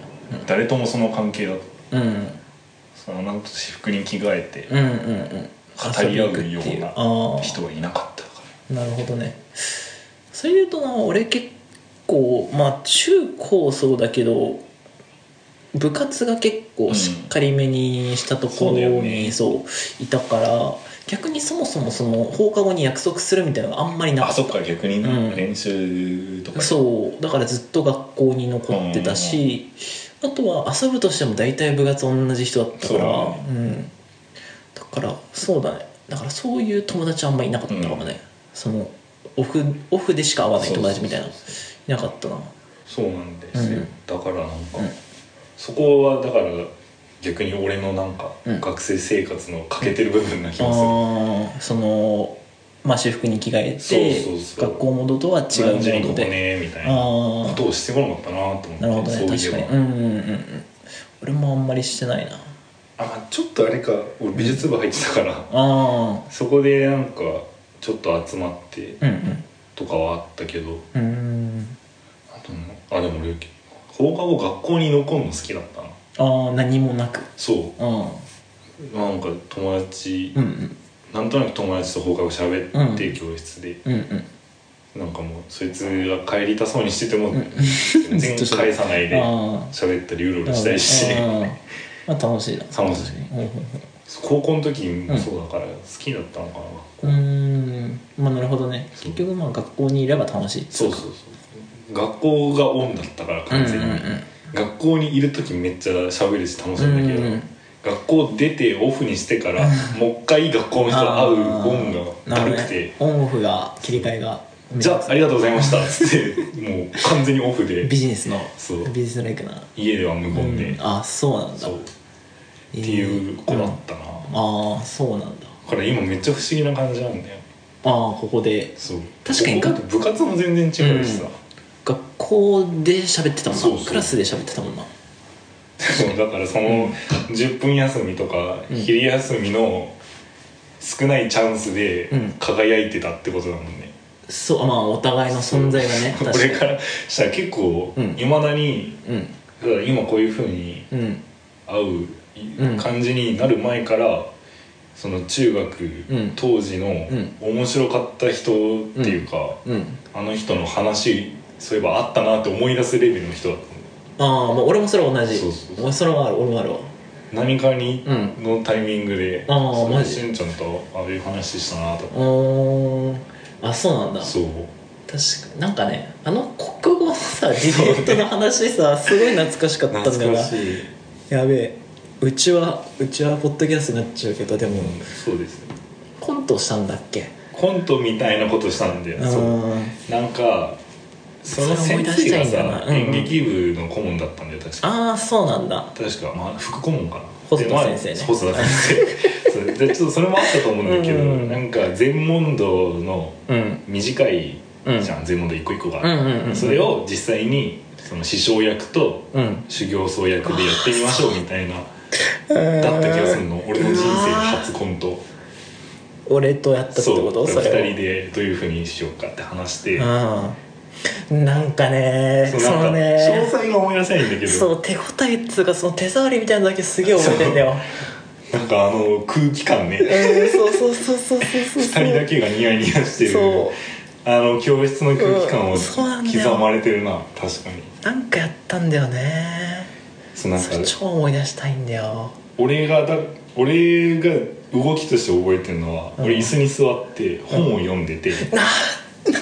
Speaker 1: 誰ともその関係だと
Speaker 2: うんうん
Speaker 1: そのなんと私服に着替えて
Speaker 2: うんうんうん
Speaker 1: 語り合うような
Speaker 2: ああ
Speaker 1: 人はいなかったから。
Speaker 2: なるほどねそれで言うとな俺結構まあ中高そうだけど部活が結構しっかりめにしたとこ
Speaker 1: そうだ
Speaker 2: ろ
Speaker 1: よ
Speaker 2: に
Speaker 1: ね
Speaker 2: そういたから逆にそもそもその放課後に約束するみたいなのがあんまりな
Speaker 1: あ
Speaker 2: かっ
Speaker 1: そっか逆にね、
Speaker 2: うん
Speaker 1: 練習とか
Speaker 2: たそうだからずっと学校に残ってたしあとは遊ぶとしても大体部活同じ人だったから,、
Speaker 1: そう
Speaker 2: んだからそうだねだからそういう友達あんまりいなかったかもね、そのオフオフでしか会わない友達みたいな
Speaker 1: そうそう
Speaker 2: いなかったな
Speaker 1: そうそうなんですよ、
Speaker 2: うん
Speaker 1: だからなんか、
Speaker 2: うん
Speaker 1: そこはだから逆に俺のなんか、
Speaker 2: うん
Speaker 1: 学生生活の欠けてる部分な気がする、
Speaker 2: あーそのまあ私服に着替えて
Speaker 1: そうそうそう
Speaker 2: 学校戻るとは違う
Speaker 1: 何時にこ
Speaker 2: モード
Speaker 1: こ
Speaker 2: で、
Speaker 1: ねみたい
Speaker 2: あ
Speaker 1: なこ
Speaker 2: あ
Speaker 1: とをしてこなかったなと思って
Speaker 2: なるほどね
Speaker 1: そう
Speaker 2: 確
Speaker 1: い
Speaker 2: か
Speaker 1: え
Speaker 2: に
Speaker 1: ば、
Speaker 2: うんうんうんうん俺もあんまりしてないな
Speaker 1: あまあちょっとあれか俺美術部入ってたから、
Speaker 2: あ
Speaker 1: そこでなんかちょっと集まって
Speaker 2: あうん
Speaker 1: とかはあったけど
Speaker 2: うんうん
Speaker 1: あとねあでも俺放課後学校に残るの好きだったな
Speaker 2: ああ何もなく
Speaker 1: そ
Speaker 2: うん
Speaker 1: うなんか友達、
Speaker 2: うんうん
Speaker 1: なんとなく友達と放課後喋って、
Speaker 2: うん
Speaker 1: 教室で
Speaker 2: うんうん
Speaker 1: なんかもうそいつが帰りたそうにしてても
Speaker 2: ん
Speaker 1: 全然
Speaker 2: ずっと喋る
Speaker 1: 返さない で
Speaker 2: あ
Speaker 1: 喋ったりうろう
Speaker 2: あ
Speaker 1: ろしたりして
Speaker 2: まあ楽しいな
Speaker 1: 楽しい
Speaker 2: うんうん
Speaker 1: 高校の時もそうだから好きだったのかな、
Speaker 2: うんうーんまあなるほどね
Speaker 1: そう
Speaker 2: 結局まあ学校にいれば楽しいってい
Speaker 1: そう
Speaker 2: か
Speaker 1: そうそう学校がオンだったから完全に、
Speaker 2: うんうんうん
Speaker 1: 学校にいる時めっちゃ喋るし楽しいんだけど、
Speaker 2: うんうん
Speaker 1: 学校出てオフにしてからもう一回学校の人と会うオンがだるくて、
Speaker 2: あーなるほどねオンオフが切り替えが
Speaker 1: じゃあありがとうございましたっつってもう完全にオフで
Speaker 2: ビジネスの
Speaker 1: そう
Speaker 2: ビジネスライクな
Speaker 1: 家では無言で、
Speaker 2: あそうなんだ
Speaker 1: そうっ
Speaker 2: って
Speaker 1: いう子だったな、
Speaker 2: ああそうなんだ
Speaker 1: これ今めっちゃ不思議な感じなんだよ
Speaker 2: ああここで
Speaker 1: そう
Speaker 2: 確かに
Speaker 1: ここだと部活も全然違うしさ、
Speaker 2: 学校で喋ってたもんな
Speaker 1: そうそう
Speaker 2: クラスで喋ってたもんな
Speaker 1: そう だからその10分休みとか
Speaker 2: うん
Speaker 1: 昼休みの少ないチャンスで
Speaker 2: うん
Speaker 1: 輝いてたってことだもんね、
Speaker 2: そうあまあお互いの存在がね確か
Speaker 1: 俺
Speaker 2: に
Speaker 1: からしたら結構
Speaker 2: うん
Speaker 1: いまだに、
Speaker 2: うん
Speaker 1: だから今こういうふうに
Speaker 2: うん
Speaker 1: 会う
Speaker 2: うん
Speaker 1: 感じになる前からその中学、
Speaker 2: ん
Speaker 1: 当時の
Speaker 2: ん
Speaker 1: 面白かった人っていうか、
Speaker 2: うん
Speaker 1: あの人の話そういえばあったなって思い出すレベルの人だったの
Speaker 2: ああまあ俺もそれは同じ
Speaker 1: そうそうそう
Speaker 2: 俺それはある俺もあるわ
Speaker 1: 何かに
Speaker 2: うん
Speaker 1: のタイミングで、
Speaker 2: あー
Speaker 1: その
Speaker 2: マジ
Speaker 1: しんちゃんとああいう話したなとか
Speaker 2: おーあそうなんだ
Speaker 1: そう
Speaker 2: 確かなんかねあの国語のさディベートの話さすごい懐かしかったんだよ
Speaker 1: 懐
Speaker 2: な
Speaker 1: かしい、
Speaker 2: やべえうちはうちはポッドキャストになっちゃうけどでも、
Speaker 1: うん、そうですね
Speaker 2: コントしたんだっけ
Speaker 1: コントみたいなことしたんだよそう
Speaker 2: ーん
Speaker 1: なんかその
Speaker 2: それ思
Speaker 1: 先
Speaker 2: い出
Speaker 1: 生
Speaker 2: した
Speaker 1: が
Speaker 2: いんだ
Speaker 1: さ、
Speaker 2: なうんうん
Speaker 1: 演劇部の顧問だったんだよ確か
Speaker 2: ああそうなんだ
Speaker 1: 確か、まあ、副顧問かな
Speaker 2: 細田先生ね
Speaker 1: でまあ細田先 生そうでちょっとそれもあったと思うんだけど、
Speaker 2: うんうん
Speaker 1: なんか全問答の
Speaker 2: うん
Speaker 1: 短い
Speaker 2: うん
Speaker 1: じゃん、全問答一個一個が、
Speaker 2: うんうんうん
Speaker 1: それを実際にその師匠役と
Speaker 2: うん
Speaker 1: 修行僧役でやってみましょうみたいなだった気がするの俺の人生初コント
Speaker 2: 俺とやったって
Speaker 1: そ
Speaker 2: こ
Speaker 1: う
Speaker 2: と
Speaker 1: 2
Speaker 2: そ
Speaker 1: 人
Speaker 2: れを
Speaker 1: でどういうふうにしようかって話して
Speaker 2: うんなんかね
Speaker 1: そう
Speaker 2: そ
Speaker 1: なんか詳
Speaker 2: のね
Speaker 1: 細が思い出せないんだけ
Speaker 2: そ
Speaker 1: ど
Speaker 2: う手応えっつうかその手触りみたいなのだけすげえ覚えてんだよ
Speaker 1: なんかあの空気感ね
Speaker 2: うんそうそうそうそうそうそう
Speaker 1: 2人だけがニヤニヤしてる
Speaker 2: そ
Speaker 1: あの教室の空気感を
Speaker 2: うんそうなんだよ
Speaker 1: 刻まれてるな確かに
Speaker 2: うなんかやったんだよね
Speaker 1: そうなん
Speaker 2: そ
Speaker 1: か
Speaker 2: れ超思い出したいんだよ
Speaker 1: 俺がだ俺が動きとして覚えてるのは、
Speaker 2: うん
Speaker 1: 俺椅子に座って本を読んでて、
Speaker 2: ななん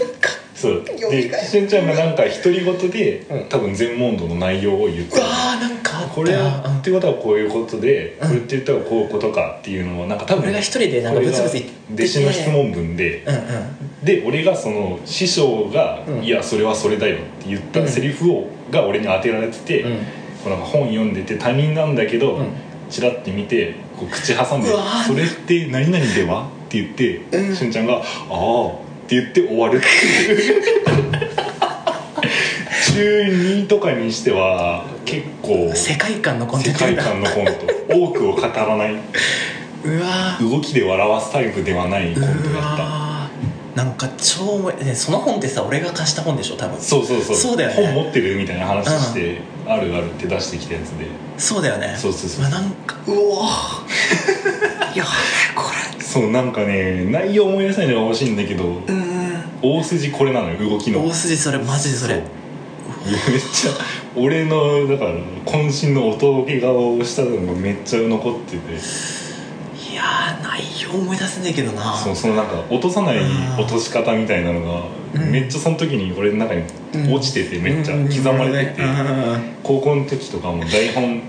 Speaker 2: か
Speaker 1: そう
Speaker 2: よみが
Speaker 1: で
Speaker 2: える
Speaker 1: しんちゃんがなんか独り言で、
Speaker 2: うん
Speaker 1: 多分全問答の内容を言って
Speaker 2: うわーなんかあった
Speaker 1: これはってことはこういうことで、
Speaker 2: うん
Speaker 1: これって言ったらこういうことかっていうのをなんか多分
Speaker 2: 俺が一人でなんかブツブツ言ってて
Speaker 1: 弟子の質問文で、
Speaker 2: うんうん
Speaker 1: で俺がその師匠が「
Speaker 2: うん
Speaker 1: いやそれはそれだよ」って言ったセリフを、が俺に当てられてて、
Speaker 2: うん
Speaker 1: こうなんか本読んでて他人なんだけど、
Speaker 2: うん
Speaker 1: チラッて見てこう口挟んで
Speaker 2: うわ
Speaker 1: 「そ
Speaker 2: ー
Speaker 1: れって何々では?」って言って、
Speaker 2: うん
Speaker 1: しゅんちゃんが「ああ」って言って終わ るっていう中2とかにしては結構
Speaker 2: 世界観のコンテ
Speaker 1: 世
Speaker 2: ンツ
Speaker 1: 界
Speaker 2: だ
Speaker 1: 観のコント多くを語らないう
Speaker 2: わー
Speaker 1: 動きで笑わすタイプではないコントだ
Speaker 2: う
Speaker 1: った
Speaker 2: わーなんか超重い、ね、その本ってさ俺が貸した本でしょ多分
Speaker 1: そうそうそう
Speaker 2: そうだよね
Speaker 1: 本持ってるみたいな話して、あるあるって出してきたやつで
Speaker 2: そうだよね
Speaker 1: そうそうそう
Speaker 2: うわなんか うおーいやこ
Speaker 1: そうなんかね内容思い出せないのが欲しいんだけど、
Speaker 2: れうー
Speaker 1: 大筋これなのよ動きの
Speaker 2: ん大筋それマジでそれ
Speaker 1: そうめっちゃ俺のだから渾身のお届け顔をしたのがめっちゃ残ってて
Speaker 2: いやー内容思い出せねえけどな
Speaker 1: そうそのなんか落とさない落とし方みたいなのが
Speaker 2: うん
Speaker 1: めっちゃその時に俺の中に落ちててめっちゃ刻まれてて
Speaker 2: うん
Speaker 1: 高校の時とかも台本演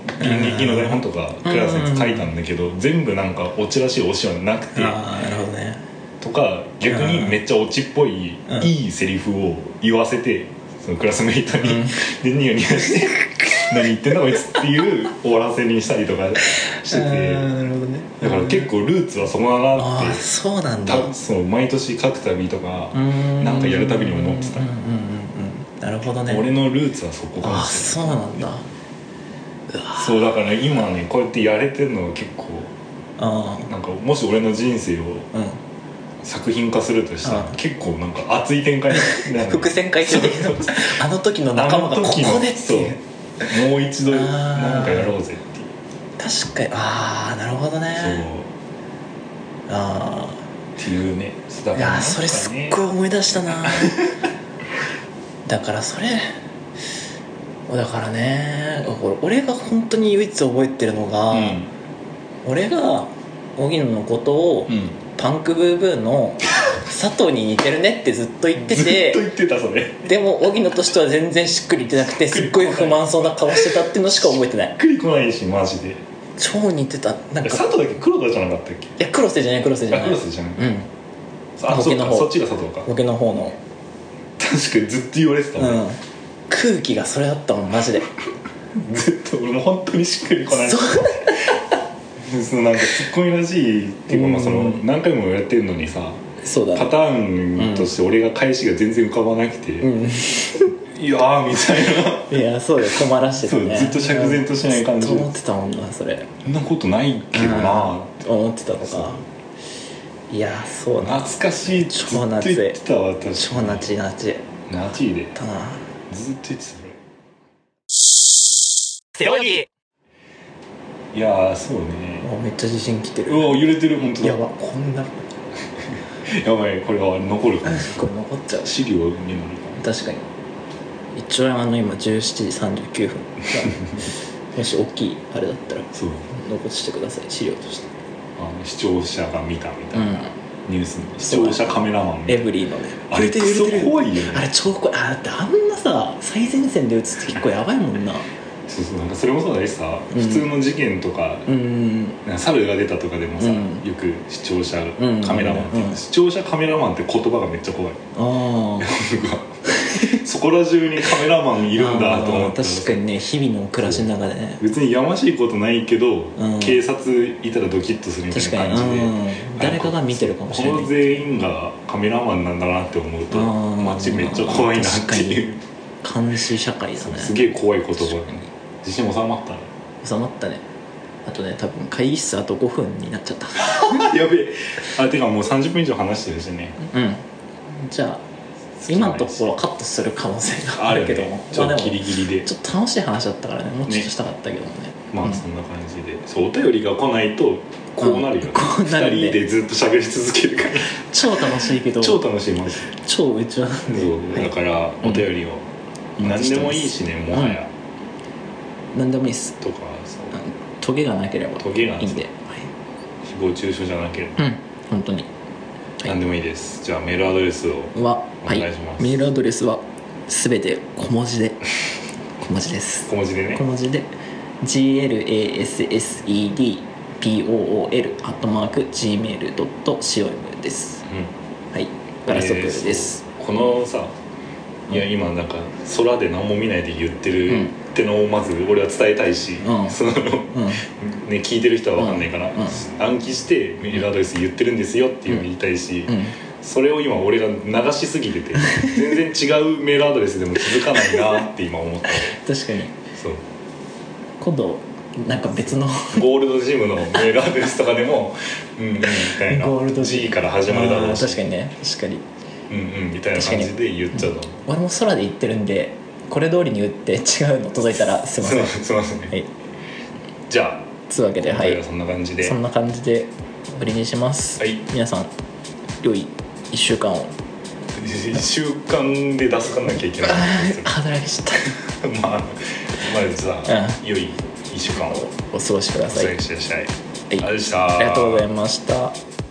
Speaker 1: 劇の台本とかクラスに書いたんだけど全部なんかオチらしいオチはなくて
Speaker 2: ああなるほどね
Speaker 1: とか逆にめっちゃオチっぽい
Speaker 2: うん
Speaker 1: いいセリフを言わせてそのクラスメイトに
Speaker 2: うん
Speaker 1: でニヤニヤして 「何言ってんだこいつ」っていう終わらせにしたりとかしてて
Speaker 2: あーなるほどね
Speaker 1: だから結構ルーツはそのまま
Speaker 2: あ
Speaker 1: あ
Speaker 2: あ
Speaker 1: って
Speaker 2: そうなんだ
Speaker 1: たその毎年書くたびとか
Speaker 2: な
Speaker 1: なんかやるたびに思ってた
Speaker 2: うんうんうんうんなるほどね
Speaker 1: 俺のルーツはそこか
Speaker 2: あ
Speaker 1: も
Speaker 2: あ
Speaker 1: し
Speaker 2: そ
Speaker 1: れ
Speaker 2: う
Speaker 1: ない
Speaker 2: なんだうわ
Speaker 1: そうだから今ねこうやってやれてるのは結構
Speaker 2: あ
Speaker 1: なんかもし俺の人生を
Speaker 2: あうん
Speaker 1: 作品化するとしたら
Speaker 2: うん
Speaker 1: 結構なんか熱い展開に なる
Speaker 2: 伏線回収で
Speaker 1: そうそう
Speaker 2: あの時の仲間がここでっていう
Speaker 1: そうもう一度
Speaker 2: あー
Speaker 1: なんかやろうぜっていう
Speaker 2: 確かにああなるほどね
Speaker 1: そう
Speaker 2: あ
Speaker 1: っていうねそうだ
Speaker 2: あい
Speaker 1: からなんか
Speaker 2: や
Speaker 1: ね
Speaker 2: それすっごい思い出し たなだからそれだからね俺が本当に唯一覚えてるのが、俺が荻野のことを
Speaker 1: うん、うん、
Speaker 2: パンクブーブー の佐藤に似てるねってずっと言って
Speaker 1: ずってと言ってたそれ
Speaker 2: でも荻野としては全然しっくりいってなくてすっごい不満そうな顔してたっていうのしか覚えてない
Speaker 1: くりこないしマジで
Speaker 2: 超似てたなんか
Speaker 1: 佐藤だけ黒田じゃなかったっけ
Speaker 2: いや黒瀬じゃない黒瀬じゃ
Speaker 1: あ
Speaker 2: ない
Speaker 1: 黒瀬じゃない
Speaker 2: うん
Speaker 1: あ
Speaker 2: ボ
Speaker 1: そ
Speaker 2: ケ
Speaker 1: う
Speaker 2: の
Speaker 1: か
Speaker 2: 方
Speaker 1: そっちが佐藤か確
Speaker 2: ボケの方の
Speaker 1: かにずっと言われてた
Speaker 2: う
Speaker 1: もん
Speaker 2: ん空気がそれだったもんマジで
Speaker 1: ずっと俺も本当にしっくりこない
Speaker 2: そう
Speaker 1: そのなんかツッコミらしいっていうか、まあ、その
Speaker 2: うん
Speaker 1: 何回もやってるのにさ
Speaker 2: そうだ
Speaker 1: パ
Speaker 2: ね
Speaker 1: ターンとして俺が返しが全然浮かばなくて、
Speaker 2: うん
Speaker 1: いやーみたいな
Speaker 2: いやそうよ困らしてたね
Speaker 1: そうずっと釈然としない感じ
Speaker 2: ずっと思ってたもんなそれ
Speaker 1: そんなことないけどなーって
Speaker 2: 思ってたの
Speaker 1: そ
Speaker 2: かいやそうな
Speaker 1: 懐かしいずっ
Speaker 2: 超
Speaker 1: と言っ
Speaker 2: 懐い
Speaker 1: てたわ私
Speaker 2: 超なちなち
Speaker 1: ナチーで
Speaker 2: だな
Speaker 1: ずっと言ってたね
Speaker 2: 背泳ぎ
Speaker 1: いやーそうね
Speaker 2: めっちゃ自信きて
Speaker 1: う
Speaker 2: る
Speaker 1: わ揺れてる本当だ
Speaker 2: やばこんな
Speaker 1: やばいこれは残るかもし
Speaker 2: これ残っち
Speaker 1: れ
Speaker 2: ゃう
Speaker 1: ない資料になるかも
Speaker 2: 確かに一応あの今17時39分 もし大きいあれだったら
Speaker 1: そう
Speaker 2: 残してください資料として
Speaker 1: あの視聴者が見たみたいな、
Speaker 2: ん
Speaker 1: ニュースの視聴者カメラマンみたい
Speaker 2: エ
Speaker 1: な
Speaker 2: ブリィのね
Speaker 1: あれクソ怖いよね
Speaker 2: あれ超怖いあだってあんなさ最前線で撃つって結構やばいもんな
Speaker 1: そうそうなんかそれもそうだしさ、
Speaker 2: うん
Speaker 1: 普通の事件とか
Speaker 2: うん
Speaker 1: なんか猿が出たとかでもさ、
Speaker 2: うん
Speaker 1: よく視聴者
Speaker 2: うん
Speaker 1: カメラマンって、
Speaker 2: うん
Speaker 1: 視聴者カメラマンって言葉がめっちゃ怖い
Speaker 2: あ
Speaker 1: な
Speaker 2: あ
Speaker 1: んかそこら中にカメラマンいるんだと思って
Speaker 2: 確かにね日々の暮らしの中でね
Speaker 1: 別にやましいことないけど、
Speaker 2: うん
Speaker 1: 警察いたらドキッとするみた
Speaker 2: 確
Speaker 1: い
Speaker 2: か
Speaker 1: な
Speaker 2: に、
Speaker 1: 感じで、
Speaker 2: うん、誰かが見てるかもしれな
Speaker 1: こ
Speaker 2: い
Speaker 1: の全員がカメラマンなんだなって思うと
Speaker 2: うん
Speaker 1: 街めっちゃ怖いなっていう、
Speaker 2: 監視社会だね
Speaker 1: すげえ怖い言葉
Speaker 2: 確かに
Speaker 1: 自信収まったね
Speaker 2: 収まったねあとね多分会議室あと5分になっちゃった
Speaker 1: やべえあてかもう30分以上話してるしね
Speaker 2: うんじゃあ今のところカットする可能性があるけども、
Speaker 1: ね、ちょっ
Speaker 2: まあ
Speaker 1: と
Speaker 2: で
Speaker 1: ギ
Speaker 2: も
Speaker 1: リギリで
Speaker 2: ちょっと楽しい話だったからねもうちょっとしたかったけどもね
Speaker 1: ま
Speaker 2: うん
Speaker 1: あそんな感じで、そうお便りが来ないとこうなるよね、
Speaker 2: うんこうなるね
Speaker 1: 2人でずっと喋り続ける から
Speaker 2: 超楽しいけど
Speaker 1: 超楽しいマジで
Speaker 2: 超うちわなんで、
Speaker 1: そう
Speaker 2: は
Speaker 1: だ
Speaker 2: い
Speaker 1: からお便りを、
Speaker 2: うん
Speaker 1: 何でもいいしねもはや、
Speaker 2: 何でもいいっす
Speaker 1: とかそう
Speaker 2: あのトゲがなければ
Speaker 1: トゲがない
Speaker 2: いんで、
Speaker 1: 誹謗中傷じゃなければ
Speaker 2: はい、うん本当にい
Speaker 1: 何でもいいですじゃあメールアドレスを
Speaker 2: は、はい、
Speaker 1: お願いします
Speaker 2: メールアドレスはすべて小文字 で小文字です
Speaker 1: 小文字で
Speaker 2: 小
Speaker 1: ね
Speaker 2: 文字で glassesed.pool.gmail.com ですはいガラストプールです、
Speaker 1: うんこのさいや今なんか空で何も見ないで言って
Speaker 2: うん
Speaker 1: るってのをまず俺は伝えたいし、
Speaker 2: うん
Speaker 1: その
Speaker 2: うん
Speaker 1: ね、聞いてる人は分かんないから、
Speaker 2: うんうん
Speaker 1: 暗記してメールアドレス言ってるんですよっていうのを言いたいし、
Speaker 2: うん
Speaker 1: それを今俺が流しすぎ てて全然違うメールアドレスでも気づかないなって今思った
Speaker 2: 確かに
Speaker 1: そう
Speaker 2: 今度なんか別の
Speaker 1: ゴールドジムのメールアドレスとかで も「うんうん」みたいな
Speaker 2: ゴールドジム
Speaker 1: G から始まるだろ
Speaker 2: あ
Speaker 1: う
Speaker 2: ー
Speaker 1: し
Speaker 2: 確かにね確かに
Speaker 1: うんうん」みたいな感じで言っちゃうの
Speaker 2: 俺も空で言ってるんでこれ通りに打って違うの届いたらすいませんは
Speaker 1: すいませんね、
Speaker 2: い
Speaker 1: じゃあ
Speaker 2: つうわけで
Speaker 1: 今
Speaker 2: は
Speaker 1: 回はいそんな感じで、
Speaker 2: そんな感じで終わりにします、
Speaker 1: はい
Speaker 2: 皆さん良い1週 間を
Speaker 1: 1週間で出さなきゃいけないん ですよ
Speaker 2: 働きした
Speaker 1: まあまずさ、
Speaker 2: う
Speaker 1: 良い1週間を
Speaker 2: お過ごしくだ
Speaker 1: お
Speaker 2: さい、
Speaker 1: 過ごしください、
Speaker 2: はい
Speaker 1: ありがとうございました
Speaker 2: ありがとうございました